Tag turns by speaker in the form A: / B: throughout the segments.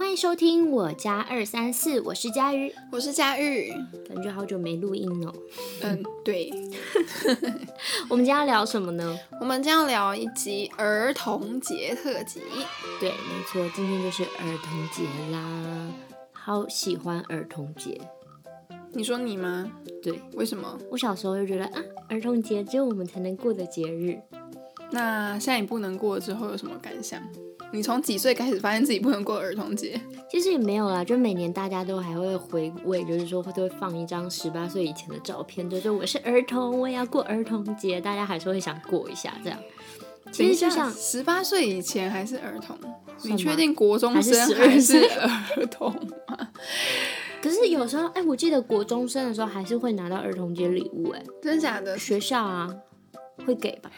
A: 迎收听我家二三四，我是佳瑜，
B: 我是佳玉。
A: 感觉好久没录音哦。
B: 嗯，对，
A: 我们今天要聊什么呢？
B: 我们今天要聊一集儿童节特辑。
A: 对，没错，今天就是儿童节啦。好喜欢儿童节，
B: 你说你吗？
A: 对
B: 为什么？
A: 我小时候就觉得啊，儿童节只有我们才能过的节日。
B: 那现在你不能过之后有什么感想？你从几岁开始发现自己不能过儿童节？
A: 其实也没有啦，就每年大家都还会回味，就是说会都会放一张十八岁以前的照片，就说我是儿童，我也要过儿童节，大家还是会想过一下这样。其实就像
B: 十八岁以前还是儿童，
A: 吗
B: 你确定国中生
A: 还
B: 还
A: 是
B: 是
A: 12
B: 儿童吗？
A: 可是有时候，哎、我记得国中生的时候还是会拿到儿童节礼物、哎，
B: 真假的？
A: 学校啊会给吧？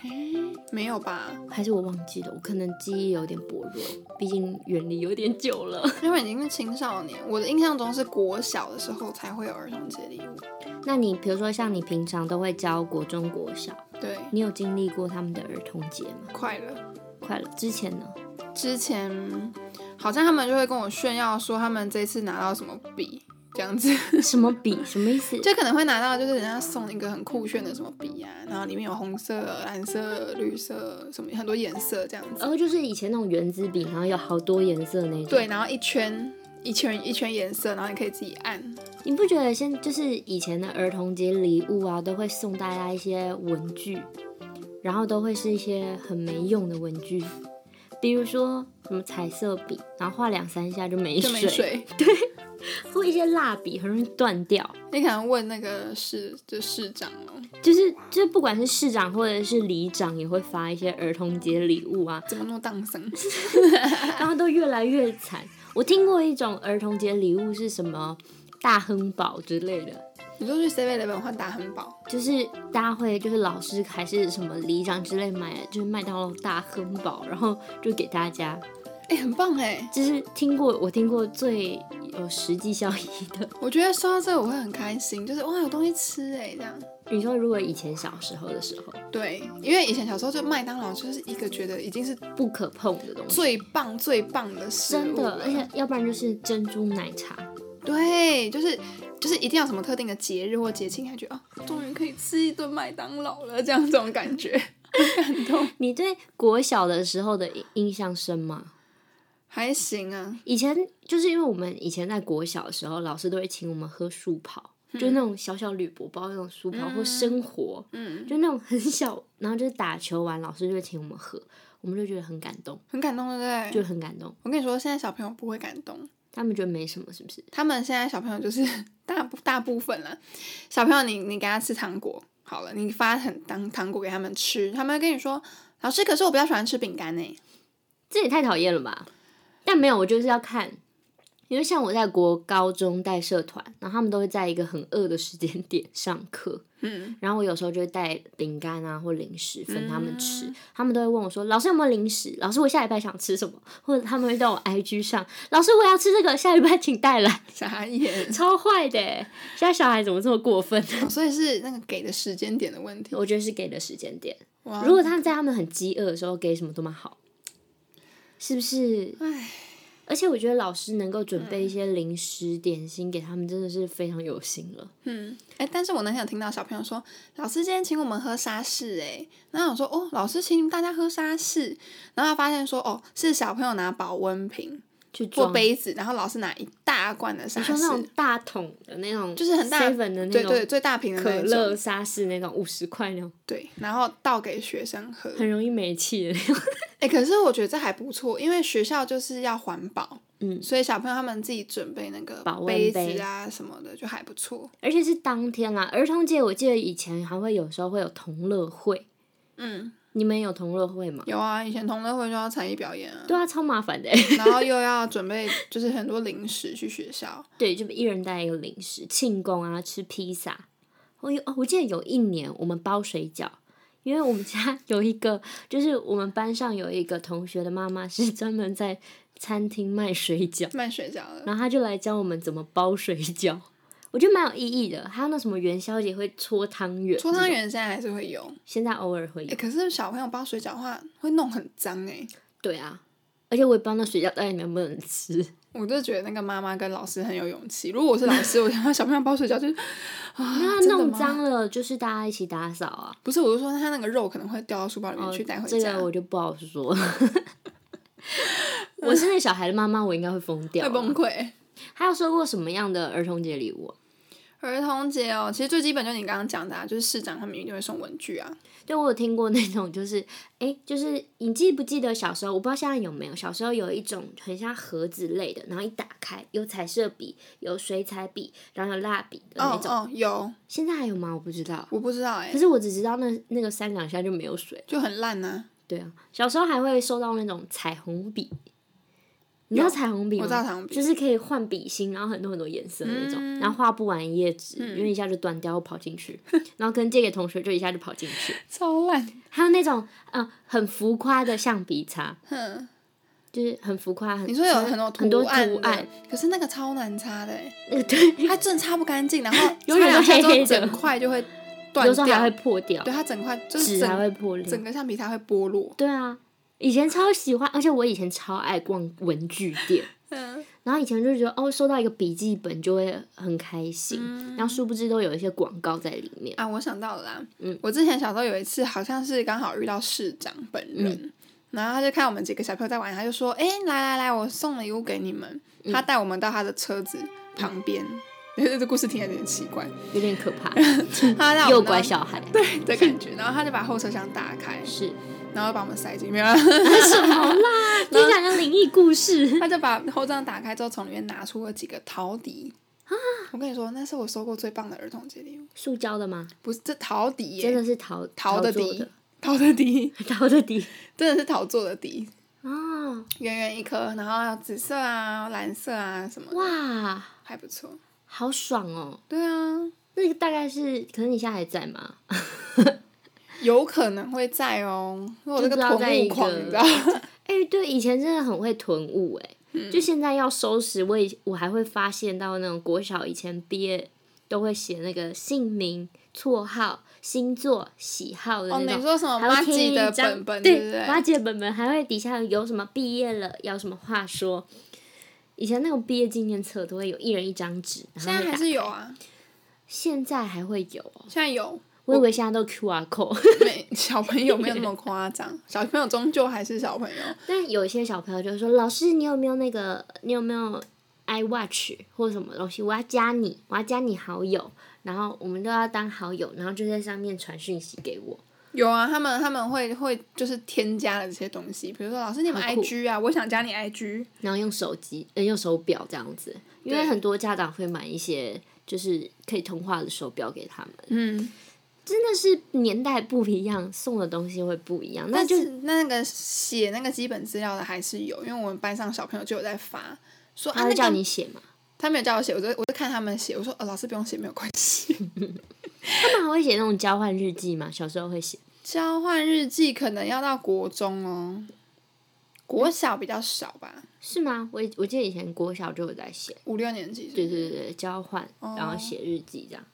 B: 没有吧？
A: 还是我忘记了？我可能记忆有点薄弱，毕竟远离有点久了。
B: 因为已经是青少年，我的印象中是国小的时候才会有儿童节礼物。
A: 那你比如说像你平常都会教国中、国小，
B: 对，
A: 你有经历过他们的儿童节吗？
B: 快乐。
A: 快乐之前呢？
B: 之前好像他们就会跟我炫耀说他们这次拿到什么笔，这样子，
A: 什么笔？什么意思？
B: 就可能会拿到就是人家送一个很酷炫的什么笔啊，然后里面有红色、蓝色、绿色什么很多颜色这样子，
A: 然后哦就是以前那种圆珠笔，然后有好多颜色那种。
B: 对，，然后一圈一圈一圈颜色，然后你可以自己按，
A: 你不觉得现就是以前的儿童节礼物啊，都会送大家一些文具，然后都会是一些很没用的文具，比如说什么彩色笔，然后画两三下就没
B: 就没
A: 水，
B: 水。
A: 或一些蜡笔很容易断掉。
B: 你可能问那个市就市长哦，
A: 就是就是不管是市长或者是里长，也会发一些儿童节礼物啊，
B: 怎么那么当生？
A: 然后都越来越惨。我听过一种儿童节礼物是什么大亨堡之类的，
B: 你就去 Seven Eleven 换大汉堡，
A: 就是大家会就是老师还是什么里长之类买的，就是麦当劳大亨堡，然后就给大家。
B: 哎、很棒哎！
A: 就是听过我听过最有实际效益的。
B: 我觉得收到这个我会很开心，就是哇有东西吃哎这样。
A: 你说如果以前小时候的时候
B: 对，因为以前小时候就麦当劳就是一个觉得已经是
A: 不可碰的东西，
B: 最棒最棒的食物
A: 真的，
B: 了
A: 而且要不然就是珍珠奶茶。
B: 对，就是就是一定要什么特定的节日或节庆，才觉得啊，终于可以吃一顿麦当劳了，这样这种感觉 很感动。
A: 你对国小的时候的印印象深吗？
B: 还行啊，
A: 以前就是因为我们以前在国小的时候，老师都会请我们喝素跑，就那种小小铝箔包那种素跑、或生活，
B: 嗯，
A: 就那种很小，然后就是打球完，老师就会请我们喝，我们就觉得很感动，
B: 很感动，对不
A: 就
B: 对？
A: 很感动。
B: 我跟你说，现在小朋友不会感动，
A: 他们觉得没什么，是不是？
B: 他们现在小朋友就是 大部大部分啦，小朋友你你给他吃糖果好了，你发很糖糖果给他们吃，他们会跟你说，老师，可是我比较喜欢吃饼干呢、
A: 这也太讨厌了吧！但没有，我就是要看，因为像我在国高中带社团，然后他们都会在一个很饿的时间点上课，
B: 嗯，
A: 然后我有时候就会带饼干啊或零食分他们吃，他们都会问我说：“老师有没有零食？老师我下礼拜想吃什么？”或者他们会到我 IG 上：“老师我要吃这个，下礼拜请带来。
B: 傻眼”。
A: 超坏的欸，现在小孩怎么这么过分？
B: 哦 所以是那个给的时间点的问题。
A: 我觉得是给的时间点。
B: 哇
A: 如果他们在他们很饥饿的时候给什么都蛮好，是不是？
B: 唉，
A: 而且我觉得老师能够准备一些零食、点心给他们，真的是非常有心了。
B: 嗯，哎、但是我那天有听到小朋友说，老师今天请我们喝沙士、哎，然后我说，哦，老师请大家喝沙士，然后他发现说，哦，是小朋友拿保温瓶
A: 去
B: 或
A: 装，你
B: 杯子，然后老师拿一大罐的沙
A: 说那种
B: 士，
A: 大桶的那种，
B: 就是很大
A: seven 的那
B: 对
A: 种
B: 对，最大瓶的
A: 可
B: 那
A: 乐
B: 种，
A: 沙士那种五十块那种，
B: 对，然后倒给学生喝。
A: 很容易没气的那种。
B: 哎、可是我觉得这还不错，因为学校就是要环保，
A: 嗯
B: 所以小朋友他们自己准备那个
A: 保温
B: 杯
A: 杯
B: 子啊什么的，就还不错。
A: 而且是当天啦，儿童节我记得以前还会有时候会有同乐会，
B: 嗯，
A: 你们有同乐会吗？
B: 有啊，以前同乐会就要才艺表演啊，
A: 对啊，超麻烦的欸。
B: 然后又要准备就是很多零食去学校。
A: 对，就一人带一个零食，庆功啊，吃披萨。我有哦，我记得有一年我们包水饺，因为我们家 有一个，就是我们班上有一个同学的妈妈是 专门在餐厅卖水饺，
B: 卖水饺了，
A: 然后她就来教我们怎么包水饺，我觉得蛮有意义的。还有那什么元宵节会搓汤圆，
B: 搓汤，圆现在还是会有，
A: 现在偶尔会
B: 哎、
A: 有。
B: 可是小朋友包水饺的话会弄很脏哎、
A: 对啊，而而且我也不知道那水饺到底能不能吃。
B: 我就觉得那个妈妈跟老师很有勇气。如果我是老师，我 想要小朋友包水饺，就是啊，
A: 那
B: 真的
A: 弄
B: 吗
A: 脏了就是大家一起打扫啊。
B: 不是，我就说他那个肉可能会掉到书包里面
A: 哦
B: 去带回
A: 这
B: 家，
A: 个我就不好说。 我是那小孩的妈妈，我应该会疯掉
B: 会崩
A: 啊。
B: 溃。
A: 还有收过什么样的儿童节礼物啊？
B: 儿童节哦，其实最基本就是你刚刚讲的、啊，就是市长他们一定会送文具啊。
A: 对我有听过那种，就是哎，就是你记不记得小时候？我不知道现在有没有，小时候有一种很像盒子类的，然后一打开有彩色笔、有水彩笔，然后有蜡笔的那
B: 哦
A: 种。
B: 哦，有，
A: 现在还有吗？我不知道。
B: 我不知道哎、
A: 可是我只知道那那个三两下就没有水。
B: 就很烂呐、
A: 对啊，小时候还会收到那种彩虹笔，你知道彩虹笔吗？
B: 我知道彩虹笔嗯
A: 就是可以换笔芯，然后很多很多颜色的那种，然后画不完一页纸，因为一下就断掉，又跑进去， 然后跟借给同学就一下就跑进去。
B: 超烂。
A: 还有那种嗯、呃很浮夸的橡皮擦，
B: 哼，
A: 就是很浮夸，很
B: 你说有
A: 很
B: 很
A: 多
B: 多图案的，
A: 图案，
B: 可是那个超难擦的、欸，
A: 那个 对，
B: 它真的擦不干净，然后
A: 永远
B: 擦
A: 都
B: 两下
A: 黑
B: 之
A: 黑
B: 后
A: 的
B: 整块就会断
A: 有时候还
B: 掉
A: 会，破掉
B: 对，，它整块就是
A: 纸还
B: 整
A: 会破裂。
B: 整个橡皮擦会剥落。
A: 对啊，以前超喜欢，而且我以前超爱逛文具店。
B: 嗯，
A: 然后以前就觉得哦，收到一个笔记本就会很开心，
B: 嗯
A: 然后殊不知都有一些广告在里面。
B: 啊，我想到了啦，
A: 嗯
B: 我之前小时候有一次，好像是刚好遇到市长本人，
A: 嗯
B: 然后他就看我们几个小朋友在玩，他就说：“哎、来来来，我送礼物给你们。
A: 嗯
B: 他带我们到他的车子旁边， 因为这故事听起来有点奇怪，
A: 有点可 怕，
B: 他让我
A: 诱
B: 们
A: 拐
B: 到
A: 小孩。
B: 对的感觉，然后他就把后车厢打开，
A: 是，
B: 然后把我们塞进，没有啦什么啦，
A: 听起来像灵异故事。
B: 他就把后车厢打开之后，从里面拿出了几个陶笛。
A: 啊
B: 我跟你说，那是我收过最棒的儿童节礼物，
A: 塑胶的吗？
B: 不是这陶笛耶，
A: 真的是陶
B: 陶
A: 的
B: 的笛，陶的笛，
A: 陶的笛
B: 真的是陶做的笛，
A: 啊！
B: 圆圆一颗，然后紫色啊、蓝色啊什么的，
A: 哇，
B: 还不错。
A: 好爽哦！
B: 对啊，
A: 那个大概是，可是你现在还在吗？
B: 有可能会在哦，因为我这
A: 就不知道
B: 囤
A: 在一
B: 物
A: 个
B: 狂，你知道吗？ 嗯
A: 哎、对，以前真的很会囤物、哎、就现在要收拾，我以我还会发现到那种国小以前毕业都会写那个姓名、绰号、星座、喜好的
B: 哦，
A: 那种。
B: 你说什么
A: 还
B: 妈
A: 会贴
B: 记的
A: 一张
B: 本本，对不
A: 对，
B: 对？
A: 妈姐本本还会底下有什么毕业了，有什么话说。以前那种毕业纪念册都会有一人一张纸，然后
B: 现在
A: 就
B: 还
A: 打
B: 是有啊，
A: 现在还会有哦，
B: 现在有。
A: 我以为现在都 QR code，
B: 没小朋友没有那么夸张，小朋友终究还是小朋友。
A: 但有一些小朋友就会说：“老师，你有没有那个？你有没有 iWatch 或什么东西？我要加你，我要加你好友。”然后我们都要当好友，然后就在上面传讯息给我。
B: 有啊，他们他们会会就是添加了这些东西，比如说老师你们
A: 好酷
B: IG 啊，我想加你 IG，
A: 然后用手机，呃，用手表这样子，因为
B: 对
A: 很多家长会买一些就是可以通话的手表给他们。
B: 嗯，
A: 真的是年代不一样，送的东西会不一样，那
B: 但
A: 就是
B: 那个写那个基本资料的还是有，因为我们班上小朋友就有在发，说啊
A: 他会
B: 那
A: 叫
B: 个
A: 你写嘛，
B: 他没有叫我写，我就我就看他们写，我说呃老师不用写没有关系。
A: 他们还会写那种交换日记嘛，小时候会写。
B: 交换日记可能要到国中哦，
A: 嗯
B: 国小比较少吧，
A: 是吗？我我记得以前国小就有在写，
B: 五六年级是不
A: 对
B: 是。
A: 对对，交换，
B: 哦
A: 然后写日记这样，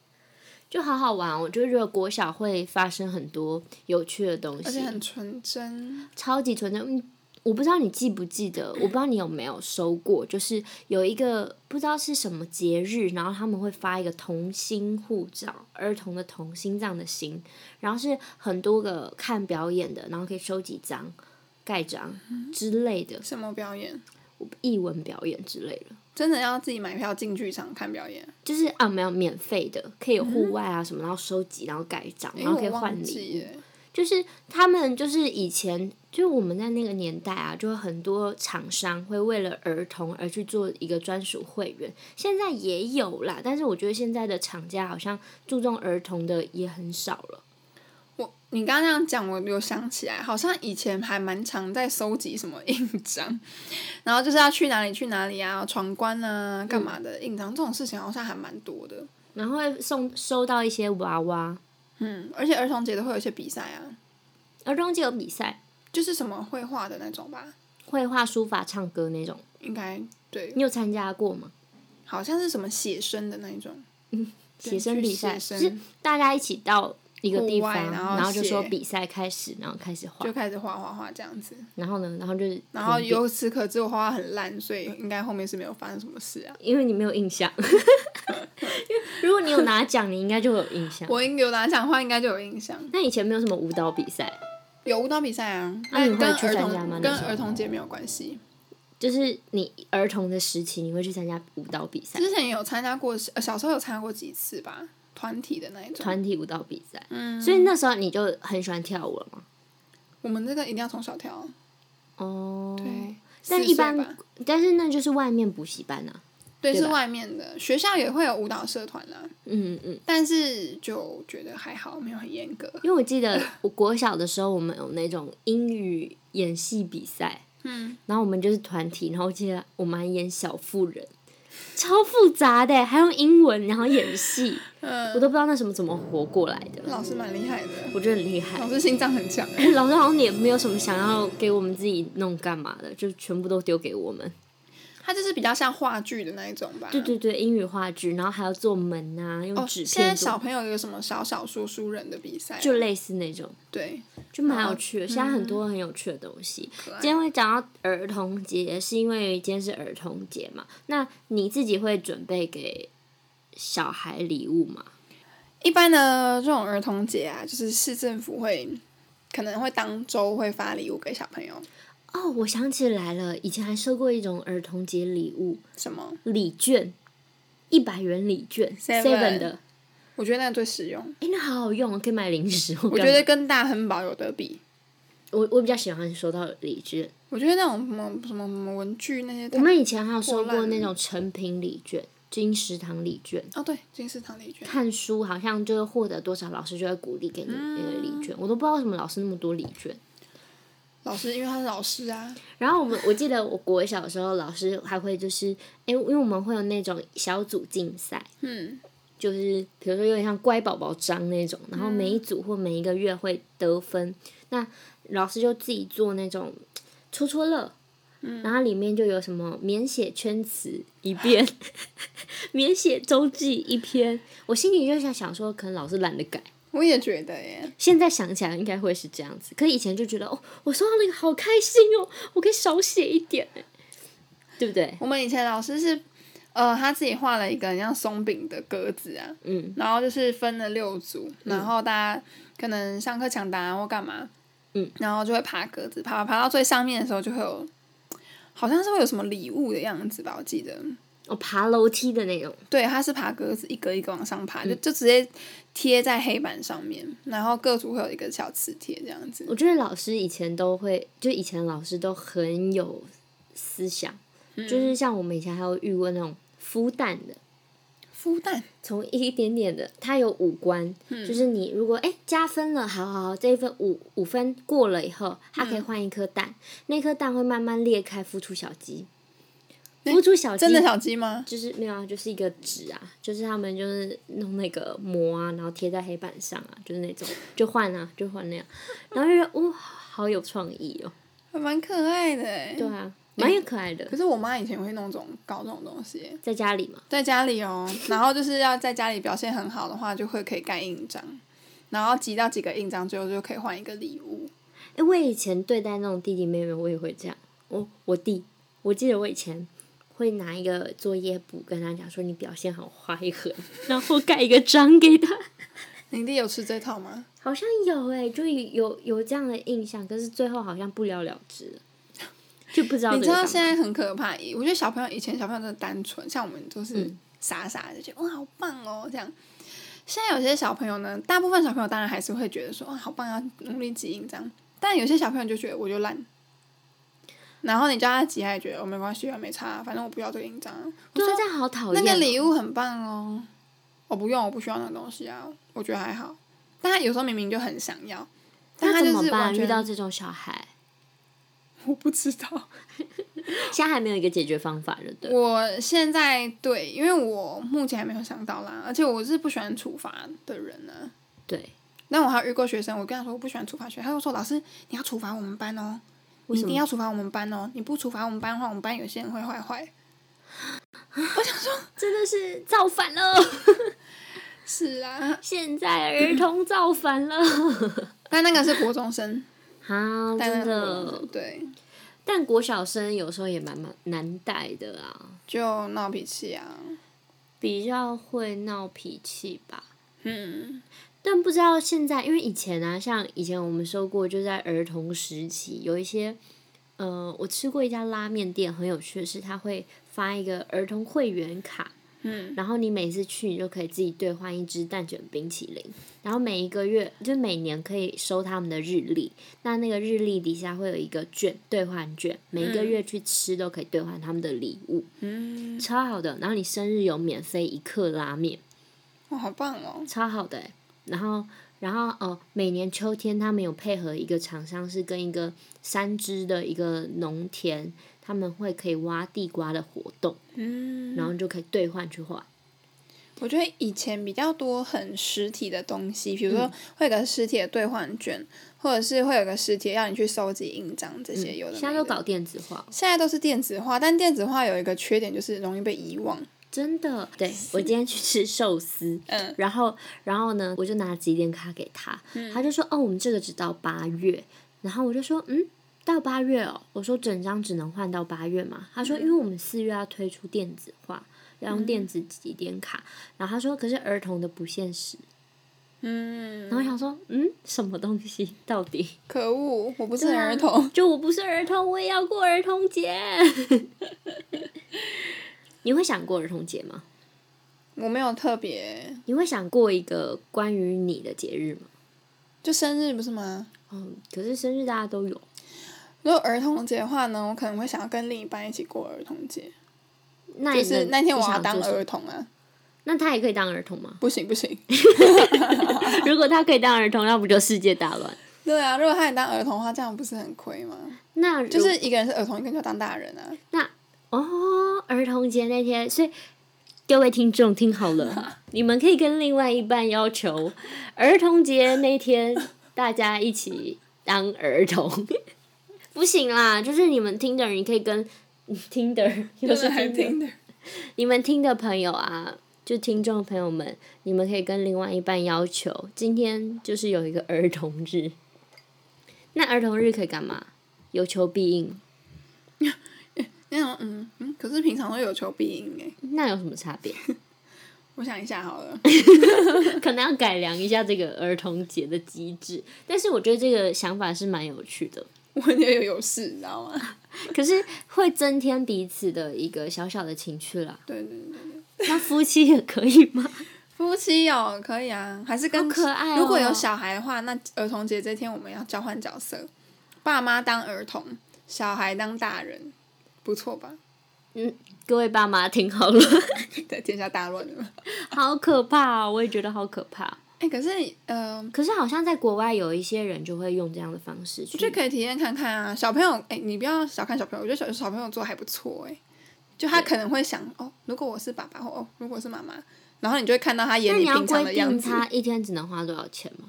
A: 就好好玩哦。我就觉得国小会发生很多有趣的东
B: 而
A: 西，
B: 且很纯真，
A: 超级纯真。嗯，我不知道你记不记得，我不知道你有没有收过，就是有一个不知道是什么节日，然后他们会发一个童星护照，儿童的童心脏的心，然后是很多个看表演的，然后可以收集章、盖章
B: 嗯
A: 之类的，
B: 什么表演？
A: 艺文表演之类的。
B: 真的要自己买票进剧场看表演？
A: 就是啊，没有免费的，可以有户外啊什么，然后收集，然后盖章，
B: 因
A: 然后可
B: 为
A: 以
B: 嗯我
A: 换
B: 忘
A: 礼物
B: 记耶。
A: 就是他们就是以前，就是我们在那个年代啊，就会很多厂商会为了儿童而去做一个专属会员，现在也有啦，但是我觉得现在的厂家好像注重儿童的也很少了。
B: 我你刚刚这样讲，我有想起来，好像以前还蛮常在收集什么 印章，然后就是要去哪里去哪里啊，闯关啊，干嘛的印章这种事情好像还蛮多的。
A: 然后会送收到一些娃娃，
B: 嗯，而且儿童节都会有一些比赛啊，
A: 儿童节有比赛，
B: 就是什么绘画的那种吧，
A: 绘画、书法、唱歌那种，
B: 应该对，
A: 你有参加过吗？
B: 好像是什么写生的那一种，
A: 写生比赛
B: 写
A: 是
B: 生
A: 大家一起到一个地
B: 户
A: 方，
B: 外然后
A: 然后就说
B: 写
A: 比赛开始，然后开始画
B: 就，开始画画画这样子。
A: 然后呢，然后就是，
B: 然后由此可知，我画画很烂，所以应该后面是没有发生什么事啊。
A: 因为你没有印象， 因为如果你有拿奖，你应该就会有印象。
B: 我应有拿奖的话，应该就有印象。
A: 那以前没有什么舞蹈比赛，
B: 有舞蹈比赛啊，
A: 那你
B: 但
A: 会
B: 跟
A: 去
B: 儿
A: 参加吗那
B: 童跟
A: 时候
B: 儿童节没有关系。
A: 就是你儿童的时期，你会去参加舞蹈比赛，
B: 之前有参加过，呃小时候有参加过几次吧，团体的那一种。
A: 团体舞蹈比赛，
B: 嗯，
A: 所以那时候你就很喜欢跳舞了嘛。
B: 我们这个一定要从小跳，
A: 哦，
B: 对，
A: 但
B: 四
A: 一
B: 岁
A: 般
B: 吧
A: 但是那就是外面补习班啊。
B: 对
A: 对
B: 是
A: 吧
B: 外面的学校也会有舞蹈社团啦，
A: 嗯嗯，
B: 但是就觉得还好，没有很严格。
A: 因为我记得我国小的时候，我们有那种英语演戏比赛，
B: 嗯，
A: 然后我们就是团体，然后我记得我们还演小妇人，超复杂的，还用英文然后演戏，
B: 嗯
A: 我都不知道那什么怎么活过来的，
B: 老师蛮厉害的，
A: 我觉得很厉害。
B: 老师心脏很强。
A: 老师好像也没有什么想要给我们自己弄干嘛的，就全部都丢给我们。
B: 他就是比较像话剧的那一种吧。
A: 对对对，英语话剧，然后还要做门啊，用
B: 哦，
A: 纸
B: 现在
A: 片做，
B: 小朋友有什么小小说书人的比赛啊？
A: 就类似那种。
B: 对，
A: 就蛮有趣的，现在很多很有趣的东西。
B: 可爱
A: 今天会讲到儿童节，是因为今天是儿童节嘛？那你自己会准备给小孩礼物吗？
B: 一般呢，这种儿童节啊，就是市政府会可能会当周会发礼物给小朋友，
A: 哦，我想起来了，以前还收过一种儿童节礼物
B: 什么？
A: 礼券，一百元礼券
B: Seven
A: 的，
B: 我觉得那个最实用。
A: 哎，那好好用哦，可以买零食。我
B: 我
A: 干
B: 觉
A: 嘛
B: 得跟大亨堡有得比。
A: 我我比较喜欢收到礼券，
B: 我觉得那种什么什么什么文具那些，
A: 我们以前还有收
B: 破
A: 过
B: 烂
A: 那种成品礼券、金石堂礼券。
B: 哦对，金石堂礼券，
A: 看书好像就是获得多少，老师就会鼓励给你那个礼券。我都不知道为什么老师那么多礼券。
B: 老师因为他是老师啊，
A: 然后我们我记得我国小的时候，老师还会就是，哎、因为我们会有那种小组竞赛，
B: 嗯，
A: 就是比如说有点像乖宝宝章那种，然后每一组或每一个月会得分，那老师就自己做那种戳戳乐，然后里面就有什么免写圈词一遍， 免写周记一篇，我心里就想想说，可能老师懒得改。
B: 我也觉得耶，
A: 现在想起来应该会是这样子，可以前就觉得哦，我收到那个好开心哦，我可以少写一点哎，对不对？
B: 我们以前老师是。呃，他自己画了一个很像松饼的格子啊，
A: 嗯，
B: 然后就是分了六组，然后大家可能上课抢答案或干嘛，
A: 嗯，
B: 然后就会爬格子，爬爬爬到最上面的时候就会有，好像是会有什么礼物的样子吧，我记得，
A: 我、哦爬楼梯的那种，
B: 对，他是爬格子一格一格往上爬，就就直接贴在黑板上面，然后各组会有一个小磁铁这样子，
A: 我觉得老师以前都会，就以前老师都很有思想，
B: 嗯
A: 就是像我们以前还有遇过那种孵蛋的，
B: 孵蛋，
A: 从一点点的，它有五官，
B: 嗯
A: 就是你如果哎、诶加分了，好好好，这一分五五分过了以后，它
B: 嗯
A: 可以换一颗蛋，那颗蛋会慢慢裂开，孵出小鸡，孵出小鸡、
B: 真的小鸡吗？
A: 就是没有啊，就是一个纸啊，就是他们就是弄那个膜啊，然后贴在黑板上啊，就是那种就换啊，就换那样，然后就觉得哦，好有创意哦，
B: 还蛮可爱的哎
A: 对。啊，蛮有可爱的，
B: 可是我妈以前会弄这种搞这种东西耶，
A: 在家里嘛，
B: 在家里哦，然后就是要在家里表现很好的话，就会可以盖印章，然后集到几个印章之后就可以换一个礼物。
A: 哎，我以前对待那种弟弟妹妹，我也会这样，我我弟，我记得我以前。会拿一个作业簿跟他讲说你表现好，画一盒， 然后盖一个章给他。
B: 你弟有吃这套吗？
A: 好像有诶、就有有这样的印象，可是最后好像不了了之了，就不知道。
B: 你知道现在很可怕，我觉得小朋友以前小朋友真的单纯，像我们都是
A: 嗯
B: 傻傻的，就觉得哇好棒哦这样。现在有些小朋友呢，大部分小朋友当然还是会觉得说哇好棒啊，努力集印章，但有些小朋友就觉得我就烂。然后你叫他集，他也觉得哦没关系啊，没差啊，反正我不要这个印章啊。
A: 对啊，这样好讨
B: 那
A: 厌。
B: 个礼物很棒哦，我不用，我不需要那个东西啊，我觉得还好。但他有时候明明就很想要，但
A: 那
B: 他
A: 怎
B: 就
A: 么
B: 是完
A: 办？
B: 全
A: 遇到这种小孩，
B: 我不知道。
A: 现在还没有一个解决方法，对不对？
B: 我现在对，因为我目前还没有想到啦，而且我是不喜欢处罚的人呢、
A: 对，
B: 那我还有遇过学生，我跟他说我不喜欢处罚学生，他就说老师你要处罚我们班哦，
A: 为什
B: 你一
A: 么
B: 定要处罚我们班哦，你不处罚我们班的话，我们班有些人会坏坏。
A: 真的是造反了。
B: 是啊，
A: 现在儿童造反了，
B: 但那个是国中生，
A: 啊，
B: 但 那
A: 真
B: 个是国中
A: 的
B: 生。对，
A: 但国小生有时候也蛮蛮难带的啦，
B: 就闹脾气啊，
A: 比较会闹脾气吧。
B: 嗯，
A: 但不知道现在，因为以前啊，像以前我们说过，就在儿童时期，有一些，呃，我吃过一家拉面店，很有趣的是，它会发一个儿童会员卡，
B: 嗯，
A: 然后你每次去，你就可以自己兑换一支蛋卷冰淇淋，然后每一个月，就每年可以收他们的日历，那那个日历底下会有一个券兑换券，每一个月去吃都可以兑换他们的礼物，
B: 嗯，
A: 超好的。然后你生日有免费一克拉面。
B: 哇，好棒哦，
A: 超好的欸、然后，然后哦，每年秋天他们有配合一个厂商，是跟一个三支的一个农田，他们会可以挖地瓜的活动，
B: 嗯，
A: 然后就可以兑换去换。
B: 我觉得以前比较多很实体的东西，比如
A: 嗯
B: 说会有个实体的兑换券，或者是会有个实体让你去收集印章这些，有的
A: 嗯
B: 没的
A: 现在都搞电子化，
B: 现在都是电子化，但电子化有一个缺点就是容易被遗忘。
A: 真的。对我今天去吃寿司，
B: 嗯
A: 然后，然后呢，我就拿几点卡给他，他就说哦，我们这个只到八月，然后我就说嗯。到八月哦，我说整张只能换到八月嘛？他
B: 嗯
A: 说，因为我们四月要推出电子化，要用电子几点卡。然后他说，可是儿童的不现实。然后
B: 嗯，
A: 我想说，嗯，什么东西到底？
B: 可恶，我不是
A: 对啊
B: 儿 童。
A: 就我不是儿童，我也要过儿童节。 你会想过儿童节吗？
B: 我没有特别，
A: 你会想过一个关于你的节日吗？
B: 就生日不是吗？
A: 嗯，可是生日大家都有。
B: 如果儿童节的话呢，我可能会想要跟另一半一起过儿童节，
A: 那
B: 就
A: 你
B: 是
A: 能
B: 那天我
A: 你
B: 要
A: 想
B: 当
A: 做什么
B: 儿童啊，
A: 那他也可以当儿童吗？
B: 不行不行。
A: 如果他可以当儿童，那不就世界大乱？
B: 对啊，如果他也当儿童的话，这样不是很亏吗？
A: 那如
B: 就是一个人是儿童，一个人就当大人啊。
A: 哦，儿童节那天，所以各位听众听好了，你们可以跟另外一半要求，儿童节那天大家一起当儿童。 不行啦，就是你们听的，你可以跟听的， 又是听的，
B: 啊的。
A: 你们听的朋友啊，就听众朋友们，你们可以跟另外一半要求，今天就是有一个儿童日。那儿童日可以干嘛？有求必应，
B: 那种嗯嗯，可是平常都有求必应哎。
A: 那有什么差别？
B: 我想一下好 了，
A: 可能要改良一下这个儿童节的机制，但是我觉得这个想法是蛮有趣的，
B: 我也有有事，你知道吗？
A: 可是会增添彼此的一个小小的情趣啦。
B: 对对对，
A: 那夫妻也可以吗？
B: 夫妻哦，可以啊，还是
A: 好
B: 跟
A: 可爱哦
B: 如果有小孩的话，那儿童节这天我们要交换角色，爸妈当儿童，小孩当大人，不错吧？
A: 各位爸妈听好了，
B: 对，天下大乱了。
A: 好可怕、哦，我也觉得好可怕哦。
B: 哎、可是呃，
A: 可是好像在国外有一些人就会用这样的方式去
B: 我觉得可以体验看看啊。小朋友，哎、你不要小看小朋友，我觉得小小朋友做得还不错哎、就他可能会想哦，如果我是爸爸或哦，如果我是妈妈，然后你就会看到他眼
A: 那
B: 里
A: 你要
B: 平常
A: 规
B: 的样
A: 定
B: 子，
A: 他一天只能花多少钱吗？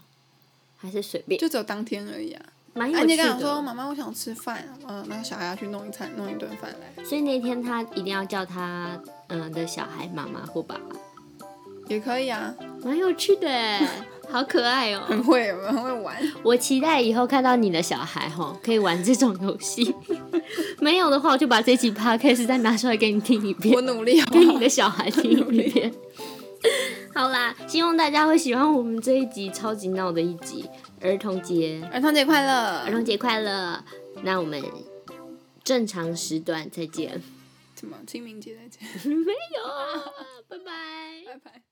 A: 还是随便？
B: 就只有当天而已啊。
A: 蛮有
B: 哎、
A: 趣
B: 你
A: 的。
B: 跟他说妈妈，我想吃饭、啊，嗯、那小孩要去弄一餐，弄一顿饭来，
A: 所以那天他一定要叫他嗯、呃的小孩妈妈或爸 爸，
B: 也可以啊，
A: 蛮有趣的耶，好可爱哦、
B: 很会，很会玩。
A: 我期待以后看到你的小孩吼，可以玩这种游戏。 没有的话，我就把这集 podcast 再拿出来给你听一遍
B: 我，努 力好哦不
A: 给
B: 好
A: 你的小孩听一遍。 好啦，希望大家会喜欢我们这一集超级闹的一集，儿童节，
B: 儿童节快乐
A: 儿！童节快乐！那我们正常时段再见。
B: 怎么清明节再见，
A: 没有啊，拜拜。
B: 拜拜。